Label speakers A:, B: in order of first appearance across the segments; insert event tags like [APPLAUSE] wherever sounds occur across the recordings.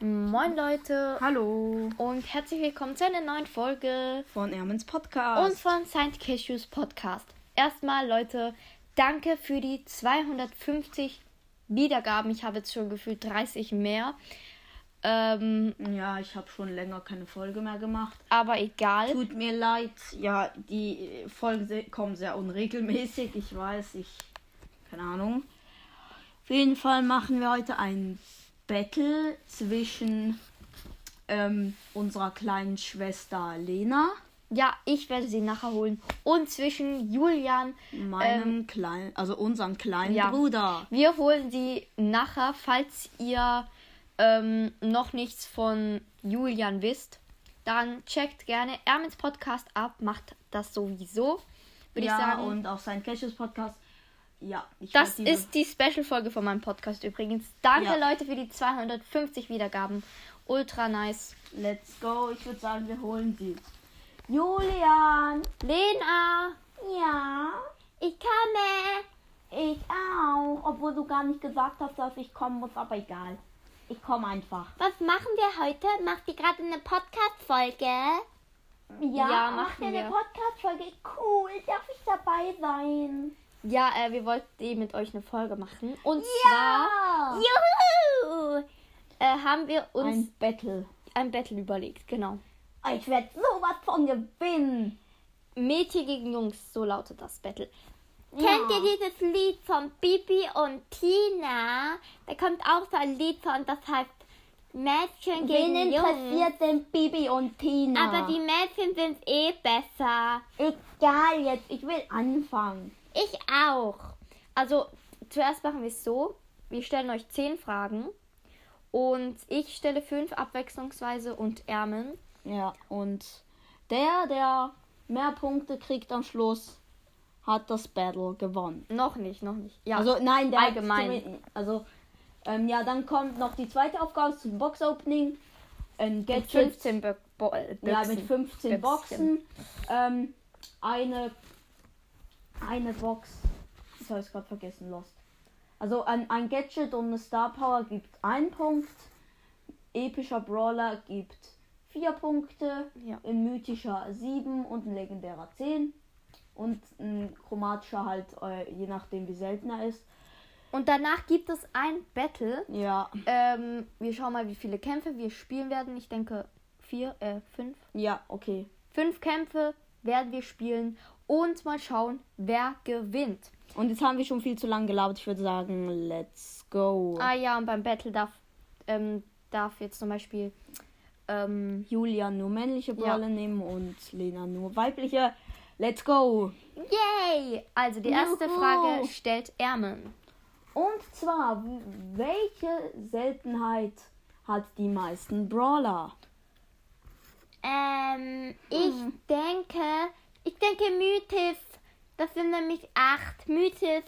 A: Moin Leute
B: Hallo
A: und herzlich willkommen zu einer neuen Folge
B: von Ermens Podcast.
A: und von Saint Cashews Podcast. Erstmal Leute, danke für die 250 Wiedergaben. Ich habe jetzt schon gefühlt 30 mehr. Ähm,
B: ja, ich habe schon länger keine Folge mehr gemacht.
A: aber egal.
B: Tut mir leid. Ja, die äh, Folgen se- kommen sehr unregelmäßig. Ich weiß, ich. Keine Ahnung. Auf jeden Fall machen wir heute ein Battle zwischen ähm, unserer kleinen Schwester Lena,
A: Ja, ich werde sie nachher holen. Und zwischen Julian, ähm,
B: meinem kleinen, also unserem kleinen
A: ja.
B: Bruder.
A: wir holen sie nachher, falls ihr ähm, noch nichts von Julian wisst. Dann checkt gerne Ermins Podcast ab, macht das sowieso, würde
B: ja,
A: ich sagen.
B: und auch sein Cashews Podcast. Ja, ich
A: das
B: werd diese-
A: ist die Special-Folge von meinem Podcast übrigens. Danke,
B: Ja.
A: Leute, für die 250 Wiedergaben. Ultra nice.
B: Let's go. Ich würde sagen, wir holen sie. Julian.
A: Lena!
B: Ja. Ich komme. Ich auch. Obwohl du gar nicht gesagt hast, dass ich kommen muss, aber egal. Ich komme einfach.
C: Was machen wir heute? Macht ihr gerade eine Podcast-Folge?
B: Ja,
A: machen
B: macht ihr eine
A: wir.
B: Podcast-Folge. Cool, darf ich dabei sein?
A: Ja, äh, wir wollten mit euch eine Folge machen. Und
B: Ah,
C: Juhu!
A: zwar äh, haben wir uns
B: ein Battle.
A: ein Battle überlegt, genau.
B: Ich werde sowas von gewinnen.
A: Mädchen gegen Jungs, so lautet das Battle.
C: Kennt ihr dieses Lied von Bibi und Tina? Da kommt auch so ein Lied von, das heißt Mädchen
B: Wen
C: gegen Jungen.
B: interessiert denn Bibi und Tina?
C: Aber die Mädchen sind eh besser.
B: Egal jetzt, ich will anfangen.
C: Ich auch.
A: Also, zuerst machen wir es so: Wir stellen euch 10 Fragen. Und ich stelle 5 abwechslungsweise und Ärmeln.
B: Ja, und der, der mehr Punkte kriegt am Schluss, hat das Battle gewonnen.
A: Noch nicht, noch nicht. Ja,
B: Also nein, der hat
A: Allgemein.
B: zu- also ähm, ja, dann kommt noch die zweite Aufgabe zum Box Opening. Ähm,
A: mit
B: Gadgets,
A: 15 Bo Bo äh, Büchsen.
B: ja mit 15
A: Boxen.
B: Boxen. Ähm, eine eine Box. Das habe ich gerade vergessen, Lost. Also ein, ein Gadget und eine Star Power gibt einen Punkt. Epischer Brawler gibt vier Punkte.
A: Ja.
B: Ein mythischer 7 und ein legendärer 10. Und ein chromatischer halt, äh, je nachdem wie selten er ist.
A: Und danach gibt es ein Battle.
B: Ja,
A: Ähm, wir schauen mal, wie viele Kämpfe wir spielen werden. Ich denke, vier, äh, fünf.
B: ja, okay.
A: Fünf Kämpfe werden wir spielen und mal schauen, wer gewinnt.
B: Und jetzt haben wir schon viel zu lange gelabert. Ich würde sagen, let's go.
A: Ah ja, und beim Battle darf, ähm, darf jetzt zum Beispiel ähm,
B: Julian nur männliche Brawler nehmen und Lena nur weibliche. Let's go.
A: Yay! Also die erste
B: Juhu.
A: Frage stellt Ärmel.
B: Und zwar, w- welche Seltenheit hat die meisten Brawler?
C: Ähm, ich
B: Hm.
C: denke, ich denke Mythis. Das sind nämlich acht. Mythis.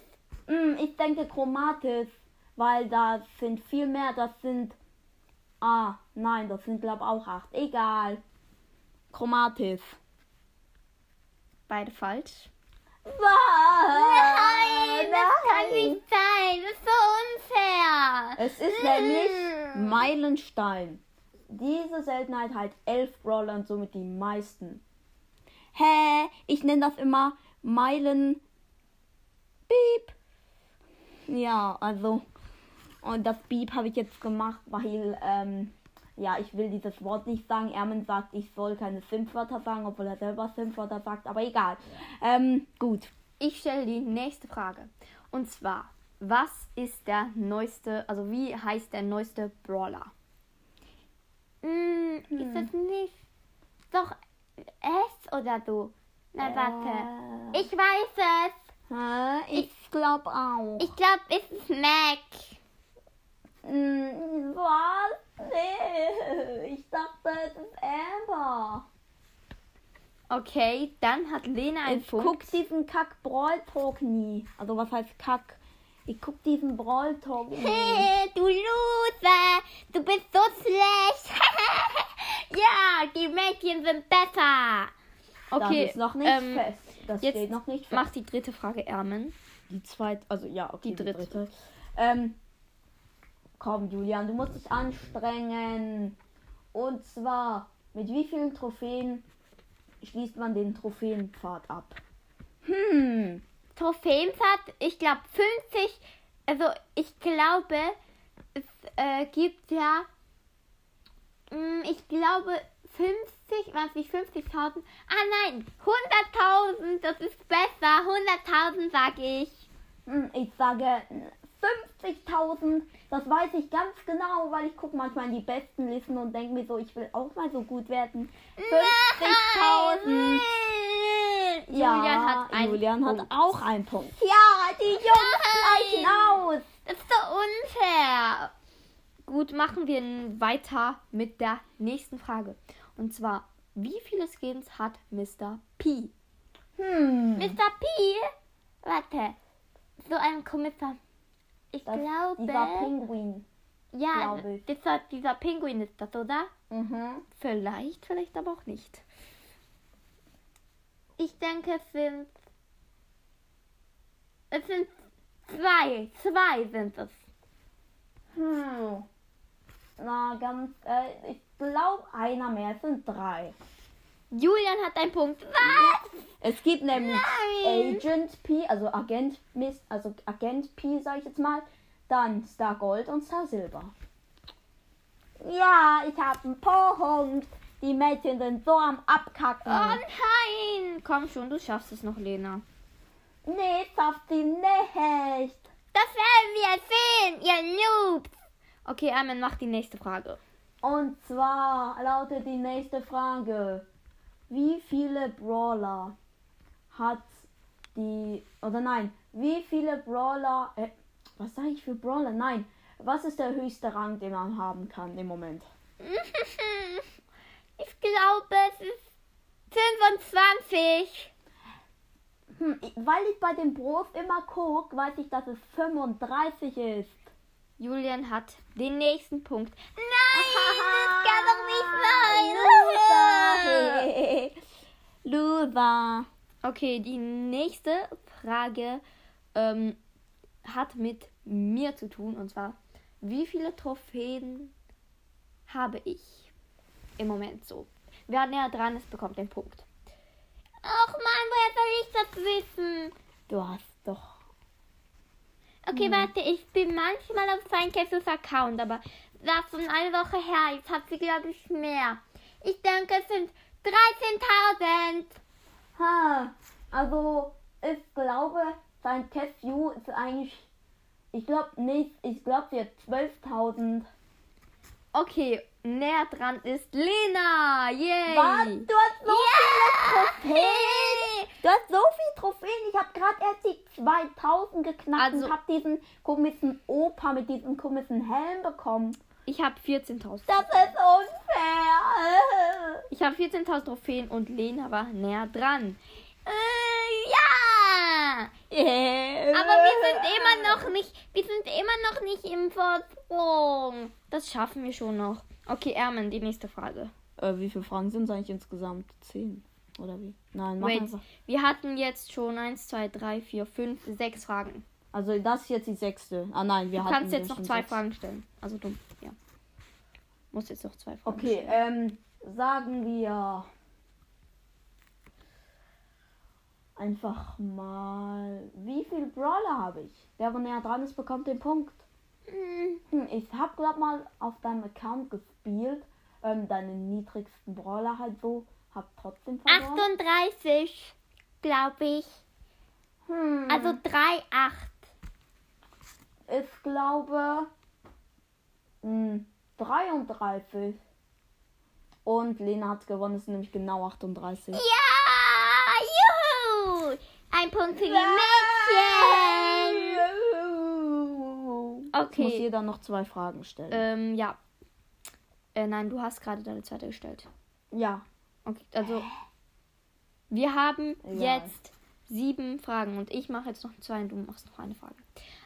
B: Hm, ich denke Chromatis, weil da sind viel mehr. Das sind. Ah, nein, das sind glaube auch acht. Egal. Chromatis.
A: Beide falsch.
C: Nein, das kann nicht sein. Das ist so unfair.
A: Äh,
B: Es ist nämlich Meilenstein. Diese Seltenheit hat elf Brawler und somit die meisten. Hä? Ich nenne das immer Meilen. Beep. Ja, also. Und das Beep habe ich jetzt gemacht, weil, ähm, ja, ich will dieses Wort nicht sagen. Ermen sagt, ich soll keine Schimpfwörter sagen, obwohl er selber Schimpfwörter sagt, aber egal. Ähm, gut.
A: Ich stelle die nächste Frage. Und zwar, was ist der neueste, also wie heißt der neueste Brawler?
C: Hm, Ist das nicht doch S oder so?
A: Äh,
C: Na warte. Ich weiß es.
B: Hä? Äh, Ich glaube auch.
C: Ich glaube, es ist Mac.
B: Mm, Was? Nee, ich dachte, es ist Amber.
A: Okay, dann hat Lena einen
B: Ich
A: Punkt.
B: guck diesen Kack Brawl Talk nie. Also was heißt Kack? Ich guck diesen Brawl Talk nie.
C: Hey, du Loser. Du bist so schlecht.
A: [LAUGHS]
C: ja, die Mädchen sind besser.
A: Okay,
B: das ist noch nicht
A: ähm,
B: fest. Das
A: jetzt
B: steht noch nicht fest.
A: macht die dritte Frage Ärmel.
B: die zweite, also ja, okay,
A: Die dritte.
B: Ähm, Komm, Julian, du musst dich anstrengen. Und zwar, mit wie vielen Trophäen schließt man den Trophäenpfad ab? Hm,
A: Trophäenpfad, ich glaube 50. Also ich glaube, es äh, gibt ja, mm, ich glaube 50, waren es nicht 50.000? Ah nein, 100.000, das ist besser. 100.000 sage ich.
B: hm, ich sage hm, 50.000. Das weiß ich ganz genau, weil ich gucke manchmal in die besten Listen und denke mir so, ich will auch mal so gut werden. 50.000.
A: Nein.
B: Ja,
A: Julian hat einen
B: Julian
A: Punkt.
B: hat auch einen Punkt. Ja, die Jungs gleichen aus.
A: Das ist so unfair.
D: Gut, machen wir n- weiter mit der nächsten Frage. Und zwar, wie viele Skins hat Mr. P?
B: Hm.
A: Mr. P. Warte. So ein Kommissar. Ich
B: Das,
A: glaube.
B: dieser Pinguin.
A: ja,
B: glaube ich.
A: Dieser, dieser Pinguin ist das, oder?
B: Mhm.
D: Vielleicht, vielleicht aber auch nicht.
A: Ich denke, es sind. Es sind zwei. Zwei sind es.
B: Hm. Na, ganz, äh, ich glaube, einer mehr es sind drei.
A: Julian hat einen Punkt. Was?
B: Es gibt nämlich
A: Nein.
B: Agent P, also Agent Mist, also Agent P, sage ich jetzt mal, dann Star Gold und Star Silber. Ja, ich habe einen Punkt. Die Mädchen sind so am Abkacken.
A: Oh nein.
D: Komm schon, du schaffst es noch, Lena.
B: Nee, das schafft sie nicht.
A: Das werden wir sehen, ihr Noobs.
D: Okay, Armin, mach die nächste Frage.
B: Und zwar lautet die nächste Frage: Wie viele Brawler hat die. Oder nein, wie viele Brawler. Äh, was sage ich für Brawler? Nein, was ist der höchste Rang, den man haben kann im Moment?
A: [LAUGHS] Ich glaube, es ist 25.
B: Hm, ich- weil ich bei den Bros immer gucke, weiß ich, dass es 35 ist.
D: Julian hat den nächsten Punkt. [LAUGHS]
A: Nein, [LAUGHS] das kann doch nicht sein.
B: Loser! Loser!
D: Okay, die nächste Frage ähm, hat mit mir zu tun. Und zwar, wie viele Trophäen habe ich im Moment so? Wer näher dran ist, bekommt den Punkt.
A: Ach man, woher soll ich das wissen?
B: Du hast doch.
A: Okay, warte, ich bin manchmal auf Seinkesus Account, aber das ist schon eine Woche her. Jetzt hat sie, glaube ich, mehr. Ich denke, es sind 13.000.
B: Ha, also ich glaube, sein Test U ist eigentlich. Ich glaube nicht, ich glaube sie hat 12.000.
D: Okay, näher dran ist Lena. Yay!
B: Was? Du hast so viele Trophäen! Du hast so viele Trophäen! Ich habe gerade erst die 2000 geknackt
D: Also-
B: und habe diesen komischen Opa mit diesem komischen Helm bekommen.
D: Ich habe 14.000.
B: Das ist unfair!
D: Ich habe 14.000 Trophäen und Lena war näher dran.
A: Äh, ja.
B: Äh.
A: Aber wir sind immer noch nicht, wir sind immer noch nicht im Vorsprung.
D: Das schaffen wir schon noch. Okay, Ermen, die nächste Frage.
B: Äh, wie viele Fragen sind es eigentlich insgesamt? Zehn? Oder wie? Nein, mach
D: Wait,
B: einfach.
D: wir hatten jetzt schon 1, 2, 3, 4, 5, 6 Fragen.
B: Also das ist jetzt die sechste. Ah nein, wir
D: Du
B: hatten
D: kannst
B: ja
D: jetzt noch
B: schon
D: zwei
B: sechs.
D: Fragen stellen. Also du, ja. Muss jetzt noch zwei Fragen
B: Okay,
D: stellen.
B: ähm, sagen wir einfach mal, wie viel Brawler habe ich? Wer aber näher dran ist, bekommt den Punkt.
A: Hm,
B: Hm, ich habe gerade mal auf deinem Account gespielt, ähm, deine niedrigsten Brawler halt so, hab trotzdem verloren.
A: 38, glaube ich.
B: Hm,
A: Also 3, 8.
B: ich glaube hm, 33. Und Lena hat gewonnen, es sind nämlich genau 38.
A: Ja! Juhu! Ein Punkt für die Mädchen!
B: Jetzt muss
D: Okay.
B: jeder noch zwei Fragen stellen.
D: Ähm, ja. Äh, nein, du hast gerade deine zweite gestellt.
B: ja.
D: Okay, also wir haben
B: Egal.
D: jetzt sieben Fragen und ich mache jetzt noch zwei und du machst noch eine Frage.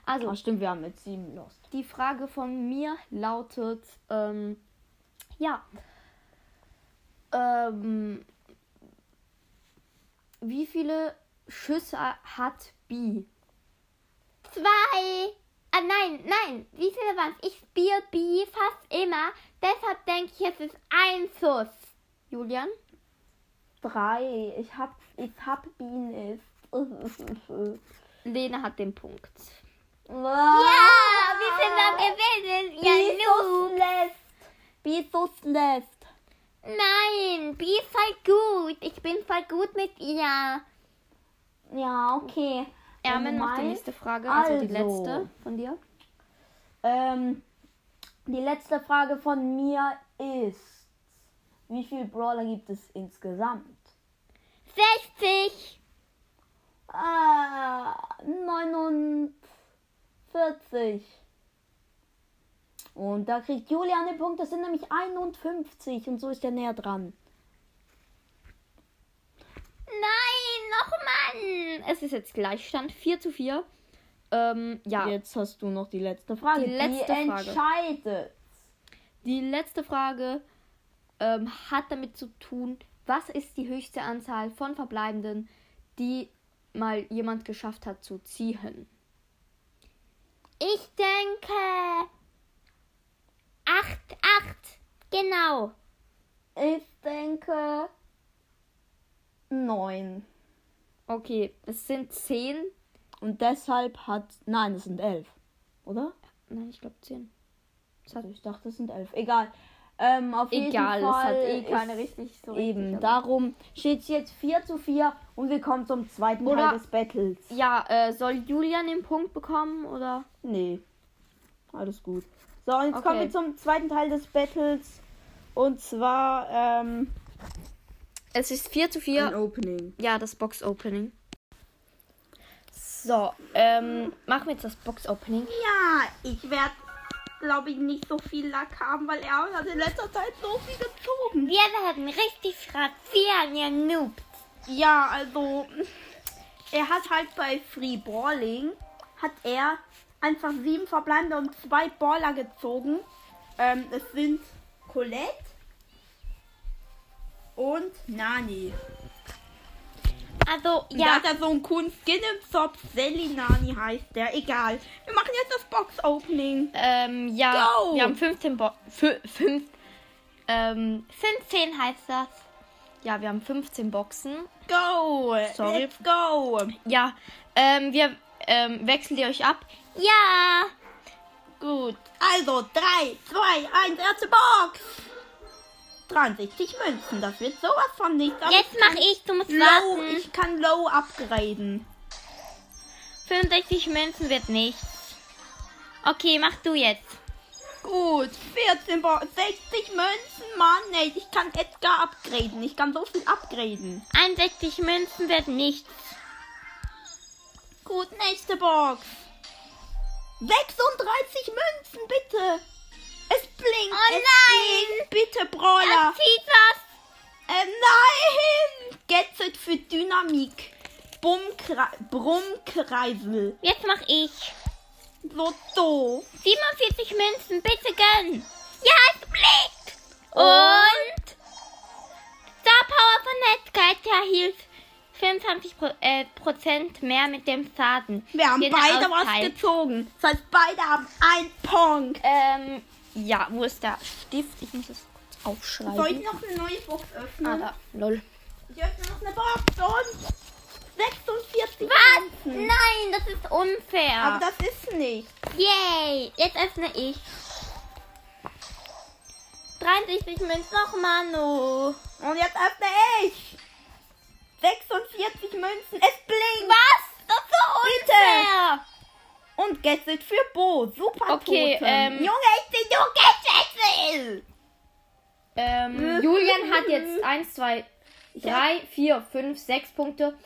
D: Also
B: Ah, stimmt, wir haben jetzt sieben Lost.
D: die Frage von mir lautet, ähm, ja, ähm, wie viele Schüsse hat B?
A: Zwei! Ah, nein, nein. Wie viele waren es? Ich spiele B fast immer. Deshalb denke ich, es ist ein Sus.
D: Julian?
B: Drei. Ich hab, ich hab Bienen.
D: Lena hat den Punkt.
A: Ja, wir sind am Gewinnen. Ja, nu.
B: Bisus lässt. Bisus lässt.
A: Nein, B ist voll gut. Ich bin voll gut mit ihr.
B: Ja, okay.
D: Ermen macht die
B: meinst-
D: nächste Frage, also, die
B: Also.
D: letzte von dir.
B: Ähm, die letzte Frage von mir ist, wie viele Brawler gibt es insgesamt?
A: 60.
B: Ah, 49. Und da kriegt Julian den Punkt, das sind nämlich 51 und so ist er näher dran.
A: Nein, nochmal.
D: Es ist jetzt Gleichstand 4 zu 4. Ähm, ja,
B: Jetzt hast du noch die letzte Frage.
D: Die letzte
B: die
D: Frage.
B: entscheidet.
D: die letzte Frage ähm, hat damit zu tun, was ist die höchste Anzahl von Verbleibenden, die mal jemand geschafft hat zu ziehen?
A: Ich denke. 8, 8. Genau.
B: Ich denke 9.
D: Okay, es sind 10.
B: Und deshalb hat. Nein, es sind 11. Oder?
D: Nein, ich glaube 10.
B: Also ich dachte, es sind 11. Egal. Ähm, auf
D: Egal,
B: jeden
D: es
B: Fall
D: hat eh keine
B: ist-
D: richtig so
B: Eben,
D: richtig, aber-
B: darum steht es jetzt 4 zu 4 und wir kommen zum zweiten
D: Oder-
B: Teil des Battles.
D: Ja, äh, soll Julian den Punkt bekommen oder?
B: Nee. Alles gut. So, und jetzt
D: Okay.
B: kommen wir zum zweiten Teil des Battles. Und zwar ähm,
D: Es ist 4 zu 4.
B: Opening.
D: Ja, das Box Opening. So, ähm, machen wir jetzt das Box Opening.
B: Ja, ich werde, glaube ich, nicht so viel Lack haben, weil er hat in letzter Zeit so viel gezogen.
A: Wir werden richtig rasieren, ihr Noobs.
B: Ja, also er hat halt bei Free Balling hat er einfach sieben verbleibende und zwei Baller gezogen. Ähm, es sind Colette und Nani.
A: Also,
B: Ja. Da
A: ja.
B: hat er so einen coolen Skin im Zopf. Sally Nani heißt der. Egal. Wir machen jetzt das Box-Opening.
D: Ähm, ja,
B: Go!
D: wir haben 15 Bo fü- fünf, ähm,
A: 15 heißt das.
D: ja, wir haben 15 Boxen.
B: Go!
D: Sorry.
B: Let's go!
D: Ja, ähm, wir ähm, wechseln die euch ab.
A: Ja.
B: Gut. Also 3, 2, 1, erste Box. 63 Münzen. Das wird sowas von nichts. Aber
A: Jetzt mach ich, du musst
B: Low,
A: warten.
B: ich kann Low upgraden.
A: 65 Münzen wird nichts. Okay, mach du jetzt.
B: Gut, 14 Bo 60 Münzen, Mann, ey, ich kann Edgar upgraden. Ich kann so viel upgraden.
A: 61 Münzen wird nichts.
B: Gut, nächste Box. 36 Münzen, bitte. Es blinkt.
A: Oh
B: es
A: nein.
B: Blinkt. Bitte, Brawler.
A: Das zieht was.
B: Äh, nein! Gadget für Dynamik. Bummkre- Brummkreisel.
A: Jetzt mach ich.
B: So doof.
A: 47 Münzen, bitte gönn. Ja, es blickt. Und Star Power von Netzgeiter hielt 25 Pro äh, Prozent mehr mit dem Faden.
B: Wir haben
A: den er
B: beide was
A: austeilt.
B: gezogen. Das heißt, beide haben ein Pong.
D: Ähm, ja, wo ist der Stift? Ich muss es kurz aufschreiben.
B: Soll ich noch eine neue Box
D: ah,
B: öffnen?
D: da. Lol.
B: Ich öffne noch eine Box und 46
A: Was?
B: Münzen.
A: Nein, das ist unfair.
B: Aber das ist nicht.
A: Yay! Jetzt öffne ich. 63 Münzen noch Manu.
B: Und jetzt öffne ich. 46 Münzen. Es blinkt.
A: Was? Das ist so
B: Bitte.
A: unfair!
B: Und Gadget für Bo. Super
D: Okay,
B: Totem.
D: ähm,
B: Junge, ich bin nur Gadget.
D: Ähm, Julian hat jetzt 1, 2, 3, 4, 5, 6 Punkte.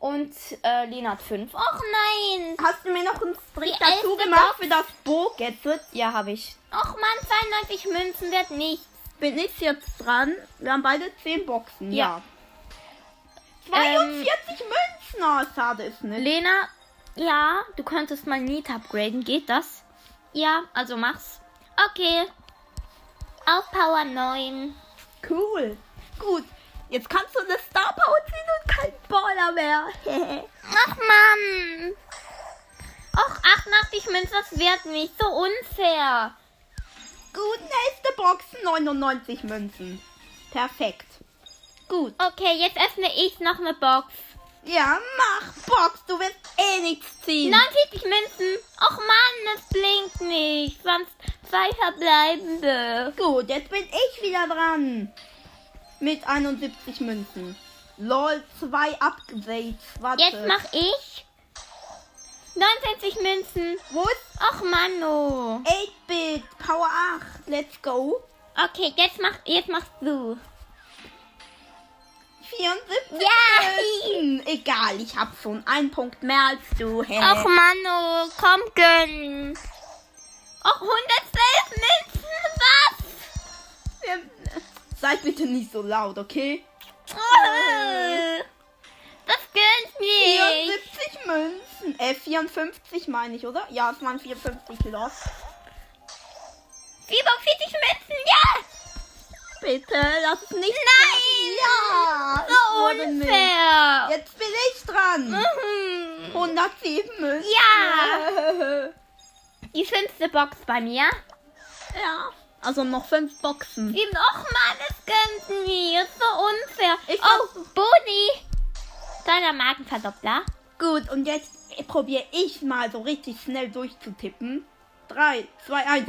D: Und äh, Lena hat 5.
A: Och nein!
B: Hast du mir noch einen Strich
A: Die
B: dazu
A: elfte
B: gemacht für das Bo Gadget?
D: Ja, habe ich.
A: Och man, 92 Münzen wird nichts.
B: Bin ich jetzt dran? Wir haben beide 10 Boxen.
D: Ja.
B: 42 Münzen. Oh, schade ist nicht.
D: Lena, ja, du könntest mal Need upgraden. Geht das?
A: Ja,
D: Also mach's.
A: okay. Auf Power 9.
B: Cool. Gut. Jetzt kannst du eine Star Power ziehen und kein Baller mehr.
A: Och man! Och 88 das wert nicht. So unfair.
B: [LAUGHS] Gut, nächste Box, 99 Münzen. Perfekt. Gut.
A: Okay, jetzt öffne ich noch eine Box.
B: Ja, mach Box, du wirst eh nichts ziehen.
A: 49 Münzen. Och Mann, das blinkt nicht. Sonst zwei verbleibende.
B: Gut, jetzt bin ich wieder dran. Mit 71 Münzen. LOL, zwei Upgrades. Warte.
A: Jetzt mach ich 69 Münzen.
B: Wo ist
A: Och Mann, oh.
B: 8-Bit? Power 8. Let's go.
A: Okay, jetzt mach, jetzt machst du.
B: 74
A: Ja.
B: Münzen. Egal, ich hab schon einen Punkt mehr als du. Hä?
A: Och Mann, oh. Komm, gönn. Och, 112 Münzen. Was?
B: Seid bitte nicht so laut, okay?
A: Oh. Das gönnt nicht.
B: 74 Münzen. Äh, 54 meine ich, oder? Ja, es waren 54 los.
A: 47 Münzen. Ja.
B: Bitte, lass es nicht.
A: Nein.
B: Ja, ich
A: So
B: wurde nicht.
A: unfair.
B: Jetzt bin ich dran.
A: Mhm.
B: 107 Münzen.
A: Ja. Die fünfte Box bei mir.
B: Ja. [LAUGHS] Also noch fünf Boxen.
A: Sieben. Och Mann, es gönnt mir. So unfair.
B: Ich
A: oh, Boni. Deiner Markenverdoppler.
B: Gut, und jetzt probiere ich mal so richtig schnell durchzutippen. 3, 2, 1.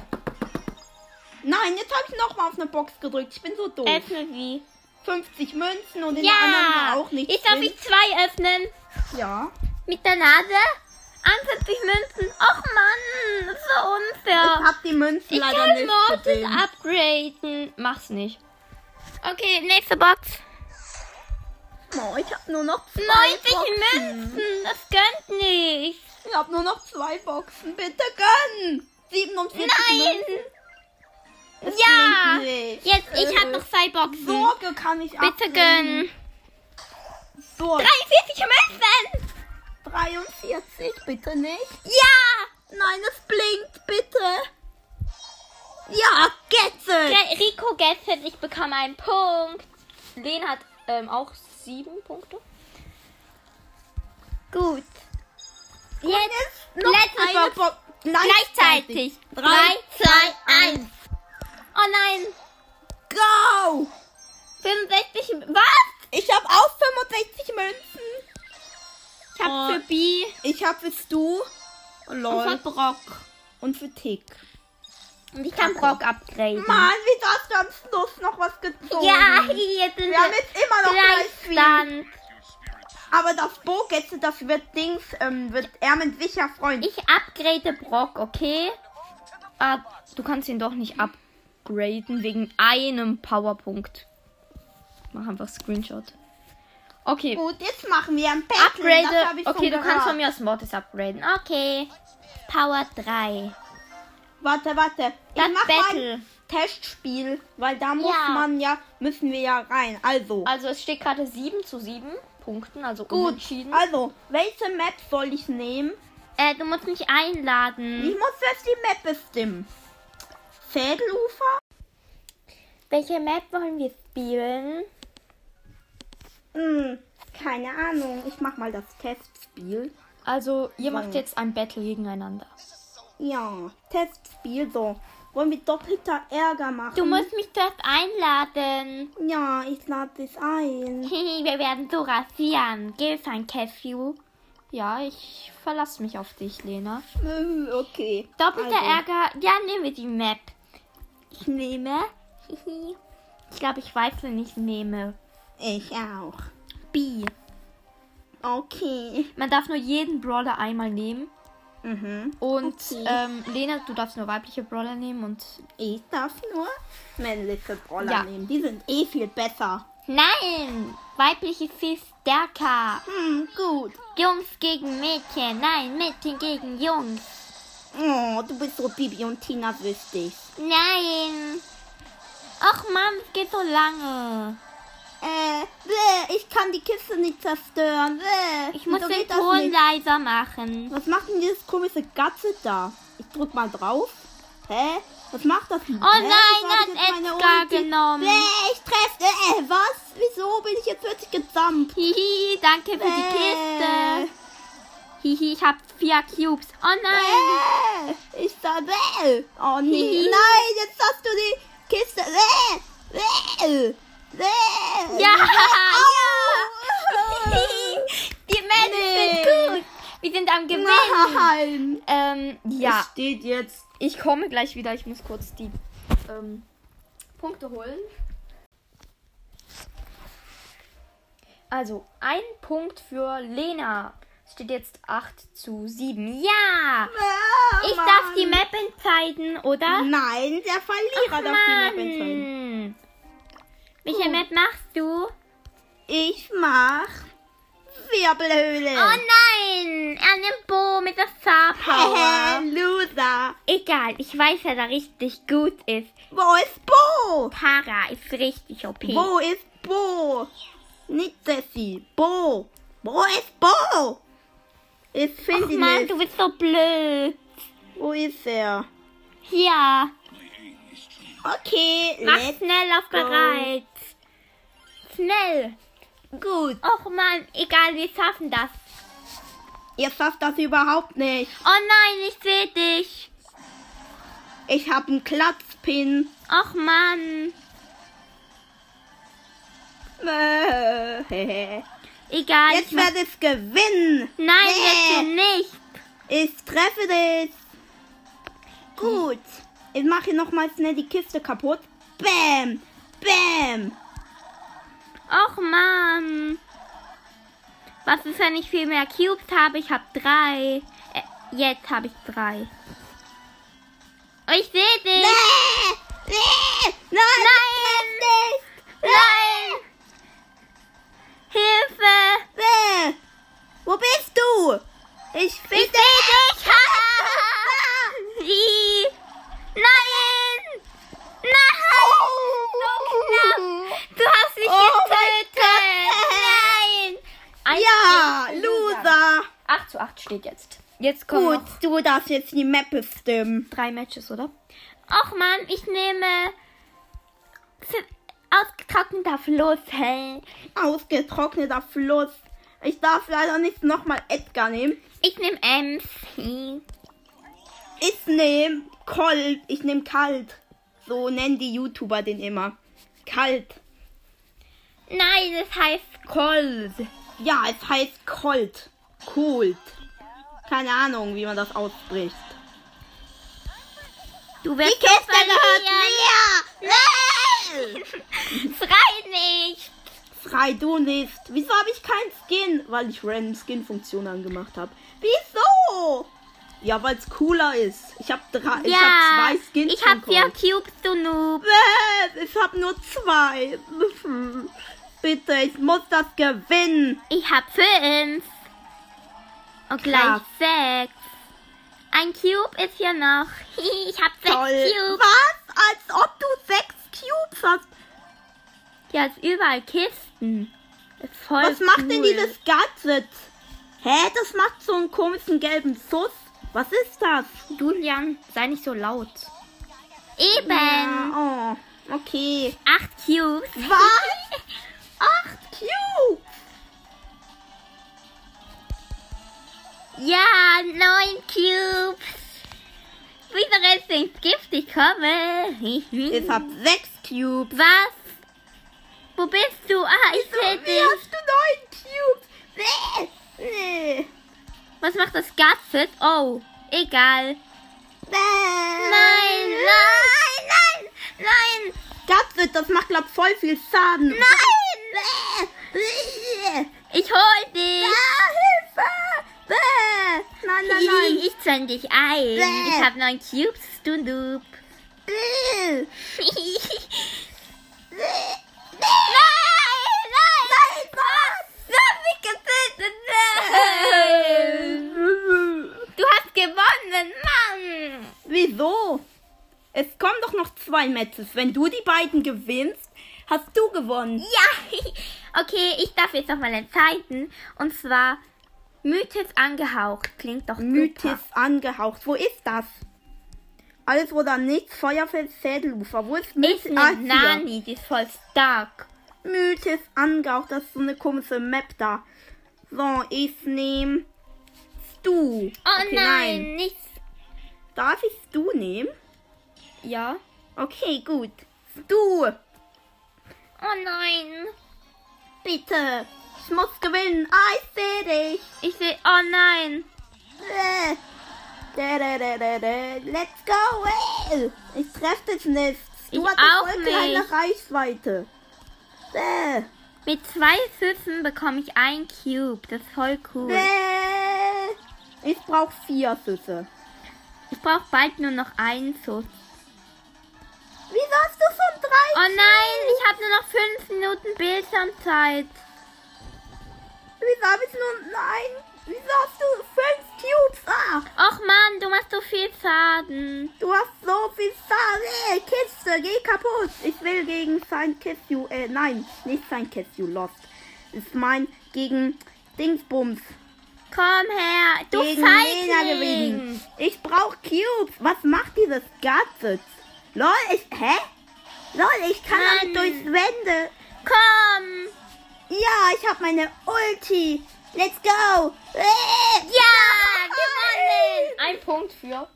B: Nein, jetzt habe ich nochmal auf eine Box gedrückt. Ich bin so doof.
A: Öffne sie.
B: 50 Münzen und in der Oh. anderen
A: Ja.
B: war auch nichts.
A: Jetzt darf
B: drin.
A: ich zwei öffnen.
B: Ja.
A: Mit der Nase. 41 Münzen. Och Mann, so
B: Ich
A: unfair.
B: habe die Münzen
D: Ich
B: leider
D: kann
B: nicht
D: Mortis
B: gesehen.
D: upgraden. Mach's nicht.
A: Okay, nächste Box.
B: Oh, ich habe nur noch zwei
A: 90
B: Boxen.
A: Münzen. Das gönnt nicht.
B: Ich habe nur noch zwei Boxen. Bitte gönn. 47
A: Nein.
B: Münzen. Das
A: Ja.
B: klingt nicht.
A: Jetzt, ich hab
B: Äh,
A: noch zwei Boxen.
B: Sorge kann ich
A: Bitte
B: abnehmen.
A: gönn.
B: Sorge.
A: 43 Münzen.
B: 43, bitte nicht.
A: Ja.
B: Nein, es blinkt, bitte. Ja, Getze.
A: Der Rico Gasset, ich bekomme einen Punkt. Len hat ähm, auch sieben Punkte. Gut. Jetzt letzte Box. Gleichzeitig. 3, 2, 1. Oh nein.
B: Go!
A: 65. Was?
B: Ich habe auch 65 Münzen.
A: Ich hab
B: Oh.
A: für B
B: Ich habe für Stu. Oh,
A: und für
B: lol.
A: Brock.
B: Und für Tick.
A: Und ich kann Brock upgraden.
B: Mann, wieso hast du am Schluss noch was gezogen?
A: Ja, [LAUGHS] jetzt sind
B: Wir haben
A: wir
B: jetzt immer noch gleich viel.
A: Gleichstand.
B: Aber das Bogetze, das wird Dings, ähm, wird Ermin sicher freuen.
A: Ich upgrade Brock, okay?
D: Ah, du kannst ihn doch nicht upgraden wegen einem Powerpunkt. Mach einfach Screenshot. Okay.
B: Gut, jetzt machen wir ein Pack.
D: Upgrade. Okay, du kannst von mir aus Mortis upgraden.
A: Okay. Power 3.
B: Warte, warte.
A: Das
B: ich mach mal
A: Battle.
B: ein Testspiel, weil da muss
A: Ja.
B: man ja, müssen wir ja rein. Also,
D: Also es steht gerade 7 zu 7 Punkten, also
B: gut.
D: unentschieden.
B: Also, welche Map soll ich nehmen?
A: Äh, du musst mich
B: Ich
A: einladen.
B: muss erst die Map bestimmen. Fädelufer?
A: Welche Map wollen wir spielen?
B: Hm, keine Ahnung. Ich mach mal das Testspiel.
D: Also ihr macht
B: So.
D: jetzt ein Battle gegeneinander.
B: Ja, Testspiel so. Wollen wir doppelter Ärger machen?
D: Mhm.
A: Du musst mich zuerst einladen. [LAUGHS]
B: Ja, ich lade dich ein. [LAUGHS]
A: Hihi, wir werden so rasieren. Gills ein Cashew.
D: Ja, ich verlasse mich auf dich, Lena.
B: Äh, Okay.
A: Doppelter
B: Also,
A: Ärger. Ja, nehmen wir die Map.
B: Ich nehme. [LAUGHS]
A: Hihi. Ich glaube, ich weiß, wen ich nehme.
B: Ich auch.
A: B.
B: Okay.
D: Man darf nur jeden Brawler einmal nehmen.
B: Mhm.
D: Und
B: Okay.
D: ähm, Lena, du darfst nur weibliche Brawler nehmen und
B: Ich darf nur männliche Brawler
D: Ja.
B: nehmen. Die sind eh viel besser.
A: Nein! Weiblich ist viel stärker.
B: Hm, gut.
A: Jungs gegen Mädchen. Nein, Mädchen gegen Jungs.
B: Oh, du bist so Bibi und Tina wichtig.
A: Nein. Ach Mann, es geht so lange.
B: Äh, bäh, ich kann die Kiste nicht zerstören. Bäh.
A: Ich muss
B: Wieso
A: den
B: geht das
A: Ton
B: nicht?
A: leiser machen.
B: Was macht denn dieses komische Gatze da? Ich drück mal drauf. Hä? Was macht das?
A: Oh nein, hat Edgar genommen.
B: Bäh, ich treffe. Äh, was? Wieso bin ich jetzt plötzlich gezampt?
D: Äh.
A: Hihi, danke für die
B: Bäh.
A: Kiste. Hihi, ich hab vier Cubes. Oh nein.
B: Äh, Isabel! Oh nee.
A: Hihi.
B: Nein, jetzt hast du die Kiste. Äh, äh, äh.
A: Ja. [LAUGHS]
D: Äh.
B: Au.
A: Die Menschen
B: Nee.
A: sind gut. Wir sind am Gewinnen.
B: Nein.
D: [LAUGHS] Ähm,
B: Es
D: ja,
B: steht jetzt.
D: ich komme gleich wieder. Ich muss kurz die ähm, Punkte holen. Also, ein Punkt für Lena. Es steht jetzt 8 zu 7. Ja!
B: Ah,
A: Ich
B: Mann.
A: darf die Map entscheiden,
D: Mhm.
A: oder?
B: Nein, der Verlierer darf die Map entscheiden.
A: Mann. Welche Map machst du?
B: Ich mach Wirbelhöhle.
A: Oh nein! Er nimmt Bo mit der Star
B: [LAUGHS]
A: Power.
B: Loser.
A: Egal, ich weiß, dass er richtig gut ist.
B: Wo ist Bo?
A: Tara ist richtig OP.
B: Bo ist Bo. Nicht Jessie. Bo. Wo ist Bo? Ich
A: Ach,
B: finde ihn
A: Mann,
B: nicht.
A: du bist so blöd.
B: Wo ist er?
A: Ja,
B: Okay,
A: mach
B: let's
A: schnell auf bereit. Schnell.
B: gut.
A: Och Mann, egal, wir schaffen das.
B: Ihr schafft das überhaupt nicht.
A: Oh nein, ich seh dich.
B: Ich habe einen [LAUGHS] Klatzpin.
A: Och Mann.
B: Äh,
A: Egal.
B: Jetzt
A: ich mach-
B: werde ich gewinnen.
A: Nein,
B: Nee.
A: jetzt du nicht.
B: Ich treffe dich. Gut. Ich mache hier nochmal schnell die Kiste kaputt. Bam. Bam.
A: Och Mann. Was ist, wenn ich viel mehr Cubes habe? Ich habe drei. Äh, jetzt habe ich drei. Oh, ich sehe dich.
B: Äh, äh, Nein.
A: Nein. Nein. Hilfe.
B: Äh, Wo bist du? Ich
A: Ich sehe
B: finde
A: dich. Wie? Nein. Nein. So knapp. Du hast mich
B: Oh mein
A: getötet. Nein. Ein
B: Ja,
D: Loser.
B: Loser.
D: 8 zu 8 steht jetzt. Jetzt kommen
B: Gut,
D: noch
B: du darfst jetzt die Map bestimmen.
D: drei Matches, oder?
A: Och Mann, ich nehme f- ausgetrockneter Floß, hey.
B: Ausgetrockneter Fluss. Ich darf leider nicht nochmal Edgar nehmen.
A: Ich nehme MC.
B: Ich nehme Colt. Ich nehme Kalt. So nennen die YouTuber den immer. Kalt.
A: Nein, das heißt Cold.
B: Ja, es heißt Colt. Colt. Keine Ahnung, wie man das ausspricht.
A: Du wirst
B: Die Kiste
A: verlieren.
B: gehört mir.
A: [LAUGHS] Frei nicht.
B: Frei, du nicht. Wieso habe ich keinen Skin? Weil ich random Skin-Funktion angemacht habe. Wieso? Ja, weil es cooler ist. Ich habe drei, ich
A: ja,
B: hab zwei Skins.
A: ich hab
B: von
A: vier
B: Colt.
A: Cubes, du Noob.
B: Bäh, Ich habe nur zwei. [LAUGHS] Bitte, ich muss das gewinnen.
A: Ich hab fünf. Und gleich
B: Krass.
A: sechs. Ein Cube ist hier noch. [LAUGHS] Ich hab sechs
B: Toll.
A: Cubes.
B: Was? Als ob du sechs Cubes hast.
A: Hier ist überall Kisten. Ist Hm, Voll
B: Was macht denn
A: cool.
B: dieses Gadget? Hä, das macht so einen komischen gelben Sus. Was ist das?
D: Julian, sei nicht so laut.
A: Eben. Ähm.
B: Ja, oh, okay.
A: Acht Cubes. [LAUGHS]
B: Was? Acht Cubes.
A: Ja, neun Cubes. Wieso rennst du ins Gift? Ich komme.
B: Ich hab
A: Mhm.
B: sechs
A: [LAUGHS]
B: Cubes. Also,
A: Was? Wo bist du? Ah, ich seh
B: Wie
A: dich.
B: hast du neun Cubes? Bäh. Nee.
A: Was macht das Gadget? Oh, egal.
B: Bäh.
A: Nein,
B: Äh.
A: nein, nein, nein,
B: Gadget, das macht glaub voll viel Schaden.
A: nein.
B: Bäh.
A: Ich hol dich.
B: Ah, Hilfe. Bäh. Nein, nein, nein.
A: [LAUGHS] Ich zünd dich ein.
B: Bäh.
A: Ich hab neun Cubes, du Noob.
B: [LAUGHS] Bäh.
A: Nein, nein! Nein, was? Du hast mich getötet! Nein! Du hast gewonnen, Mann!
B: Wieso? Es kommen doch noch zwei Matches. Wenn du die beiden gewinnst, hast du gewonnen.
A: Ja! [LAUGHS] Okay, ich darf jetzt nochmal entscheiden. Und zwar Mythis angehaucht. Klingt doch
B: Mythis
A: super.
B: angehaucht. Wo ist das? Alles oder nichts. Feuerfeld, Sädelufer. Wo ist
A: Ich
B: Mythis? Ah,
A: nehm
B: hier.
A: Nani, die ist voll stark.
B: Mythis angehaucht. Das ist so eine komische Map da. So, ich nehme
D: du.
A: Oh nein,
B: Okay, nein.
A: nichts.
B: Darf ich du nehmen?
D: Ja.
B: Okay, gut. Du,
A: Oh nein.
B: bitte. Ich muss gewinnen. Ah, ich seh dich.
A: Ich will. Oh nein.
B: Äh. Da, da, da, da, da. Let's go. Äh. Ich treffe dich nicht. Du
A: Ich
B: hast
A: auch
B: voll kleine
A: nicht.
B: Reichweite. Äh.
A: Mit zwei Pfiffen bekomme ich einen Cube. Das ist voll cool.
B: Äh. Ich brauch vier Füße.
A: Ich brauche bald nur noch einen Schuss.
B: Wieso hast du schon drei?
A: Oh nein, ich habe nur noch fünf Minuten Bildschirmzeit.
B: Wieso hab ich nur nein? Wieso hast du fünf Cubes? Ah,
A: Och Mann, du machst so viel Schaden.
B: du hast so viel Sage. Kiste, geh kaputt. Ich will gegen sein Kiss You. Äh, nein, nicht sein Kiss You Lost. Ist mein gegen Dingsbums.
A: Komm her, du
B: gegen Lena
A: Feigling.
B: gewinnen. Ich brauch Cubes. Was macht dieses Gadget? Lol, ich. Hä? Lol, ich kann
A: Mann.
B: damit durchs Wände.
A: Komm.
B: Ja, ich hab meine Ulti. Let's go. Äh.
A: Ja,
B: [LAUGHS]
A: gewonnen.
D: Ein Punkt für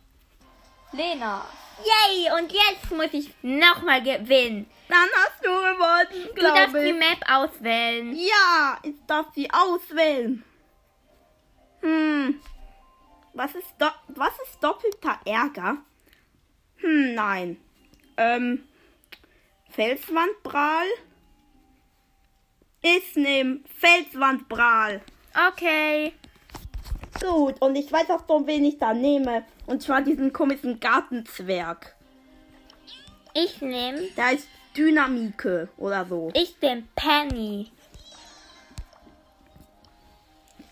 D: Lena.
A: Yay, und jetzt muss ich nochmal gewinnen.
B: Dann hast du gewonnen,
A: Du darfst
B: glaube
A: die
B: ich.
A: Map auswählen.
B: Ja, ich darf sie auswählen. Hm. Was ist, do was ist doppelter Ärger? Hm, nein. Ähm, Felswandbral? Ich nehme Felswandbral.
A: Okay.
B: Gut, und ich weiß auch schon, wen ich da nehme. Und zwar diesen komischen Gartenzwerg.
A: Ich nehme.
B: Der heißt Dynamike oder so.
A: Ich bin Penny.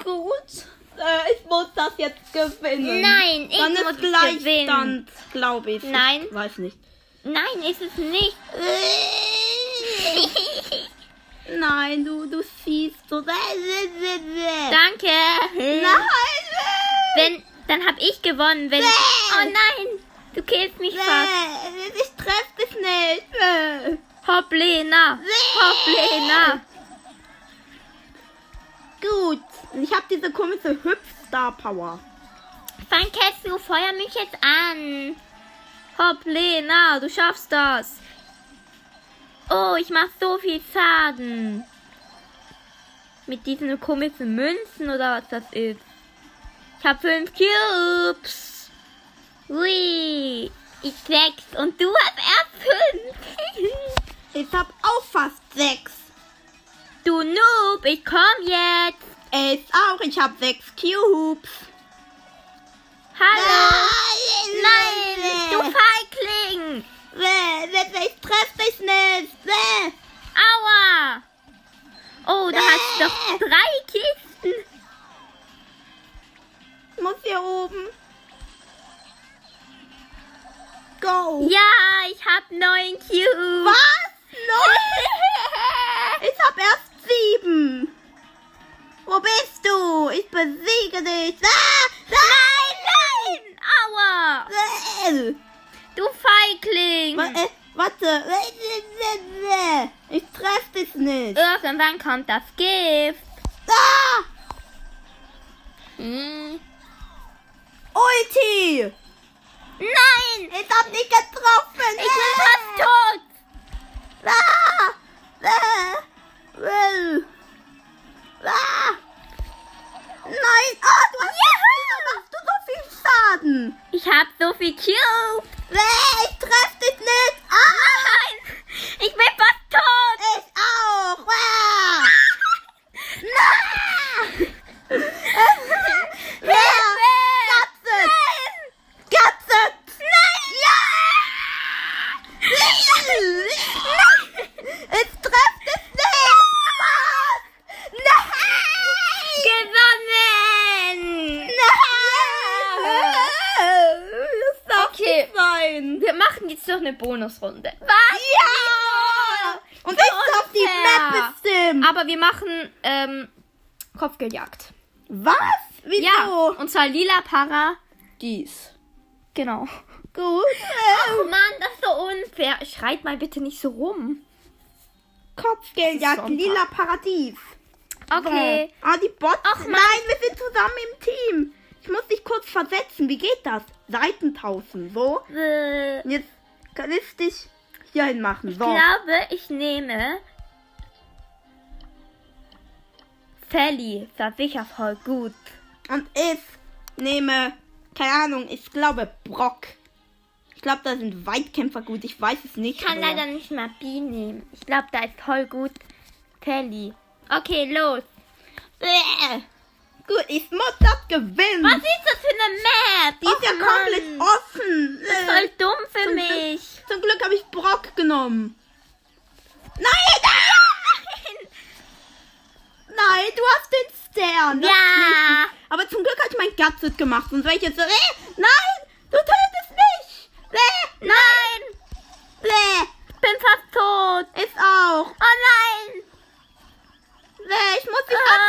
B: Gut. Äh, ich muss das jetzt gewinnen.
A: Nein, ich
B: Dann
A: muss
B: ist gleich
A: gewinnen.
B: Stand, glaube ich.
A: Nein.
B: Ich weiß nicht.
A: Nein, ist es nicht.
B: Nein, du, du siehst so. Nein.
A: Danke.
B: Hm?
A: Wenn, dann hab ich gewonnen. Wenn, oh nein, du killst mich fast.
B: Ich treffe dich nicht.
A: Hopp, Lena. Hopp, Lena.
B: Gut. Ich habe diese komische Hüpf-Star-Power.
A: Dann kennst du, feuer mich jetzt an. Hopp, Lena, du schaffst das. Oh, ich mach so viel Schaden. Mit diesen komischen Münzen oder was das ist. Ich hab fünf Cubes. Ui, ich sechs und du hast erst fünf. [LAUGHS]
B: Ich habe auch fast sechs.
A: du Noob, ich komm jetzt.
B: Ich auch. Ich habe sechs Cubes.
A: Hallo. Nein,
B: Nein.
A: du Feigling.
B: Ich treffe dich nicht.
A: Aua! Oh, da hast du doch drei Kisten.
B: Ich muss hier oben. Go.
A: Ja, ich hab neun Cubes.
B: Was?
A: [LAUGHS]
B: Neun? ich hab erst sieben. Wo bist du? Ich besiege dich. Ah, nein,
A: Aua!
B: nein.
A: Du Feigling!
B: Wa- äh, Warte. Ich treff dich nicht.
A: Äh. Irgendwann kommt das Gift.
B: Ah,
A: Hm.
B: Ulti.
A: Nein!
B: Ich hab nicht getroffen.
A: Ich bin fast tot!
B: Ah! Ah! Äh. Ah! Nein! Ah, du hast, Wieso machst du so viel Schaden!
A: Ich hab so viel Cubes.
B: Äh, ich treff dich nicht! Ah!
A: Nein! Ich bin fast tot!
B: Ich auch! Ah! Nein! Katze! Katze! Nein! Ja! Ich treff dich nicht! Was? Nein!
A: Gewonnen!
B: Nein! Das darf
D: Okay.
B: nicht sein!
D: Wir machen jetzt noch eine Bonusrunde.
A: Was?
B: Ja! Und ich darf die Map bestimmen!
D: Aber wir machen ähm, Kopfgeldjagd.
B: Was?
D: Ja,
B: Wieso?
D: und zwar lila Para.
B: Dies.
D: Genau.
B: Gut. Äh,
A: Oh Mann, das ist so unfair.
D: Wer schreit mal bitte nicht so rum.
B: Kopfgeldjagd,
D: Sonntag.
B: lila Paradies.
A: Okay.
B: Ah, die Bots.
A: Ach, Mann.
B: Nein, wir sind zusammen im Team. ich muss dich kurz versetzen. Wie geht das? Seitentauschen. So.
A: Äh,
B: Und jetzt kann ich dich hier hin machen.
A: Ich
B: So.
A: glaube, ich nehme Sally. Das ist sicher voll gut.
B: Und ich nehme, keine Ahnung, ich glaube Brock. Ich glaube, da sind Weitkämpfer gut. Ich weiß es nicht.
A: Ich kann
B: aber-
A: leider nicht mal B nehmen. Ich glaube, da ist voll gut Sally. Okay, los.
B: Bäh. Gut, ich muss das gewinnen.
A: Was ist das für eine Map?
B: Die ist ja komplett offen.
A: Das ist
B: Äh,
A: voll dumm für
B: Zum Glück-
A: mich.
B: Zum Glück habe ich Brock genommen. Nein! Nein! Nein, du hast den Stern. Das
A: Ja.
B: ist nicht- Aber zum Glück habe ich mein Gadget gemacht. Sonst wäre ich jetzt so... Äh, nein! Du tötest mich! Äh,
A: Nein,
B: äh,
A: ich bin fast tot.
B: ist auch.
A: Oh nein,
B: Äh, ich muss dich
A: Ah,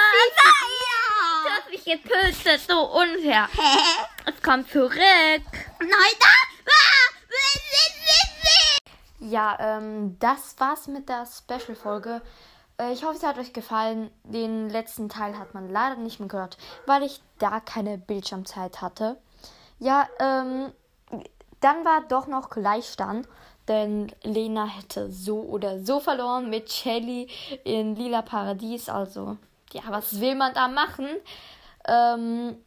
A: du
B: abschießen.
A: hast mich getötet. So unfair.
B: Hä?
A: Es kommt zurück.
D: Äh,
B: Nein, da! Ah,
D: Ja, ähm, das war's mit der Special-Folge. Äh, ich hoffe, es hat euch gefallen. Den letzten Teil hat man leider nicht mehr gehört, weil ich da keine Bildschirmzeit hatte. Ja, ähm, dann war doch noch Gleichstand, denn Lena hätte so oder so verloren mit Shelly in Lila Paradies. Also, ja, was will man da machen? Ähm,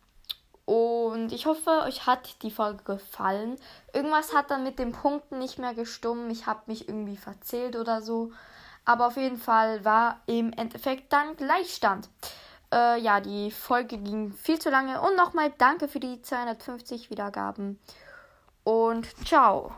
D: und ich hoffe, euch hat die Folge gefallen. Irgendwas hat dann mit den Punkten nicht mehr gestummen. Ich habe mich irgendwie verzählt oder so. Aber auf jeden Fall war im Endeffekt dann Gleichstand. Äh, ja, die Folge ging viel zu lange. Und nochmal danke für die 250 Wiedergaben. Und ciao.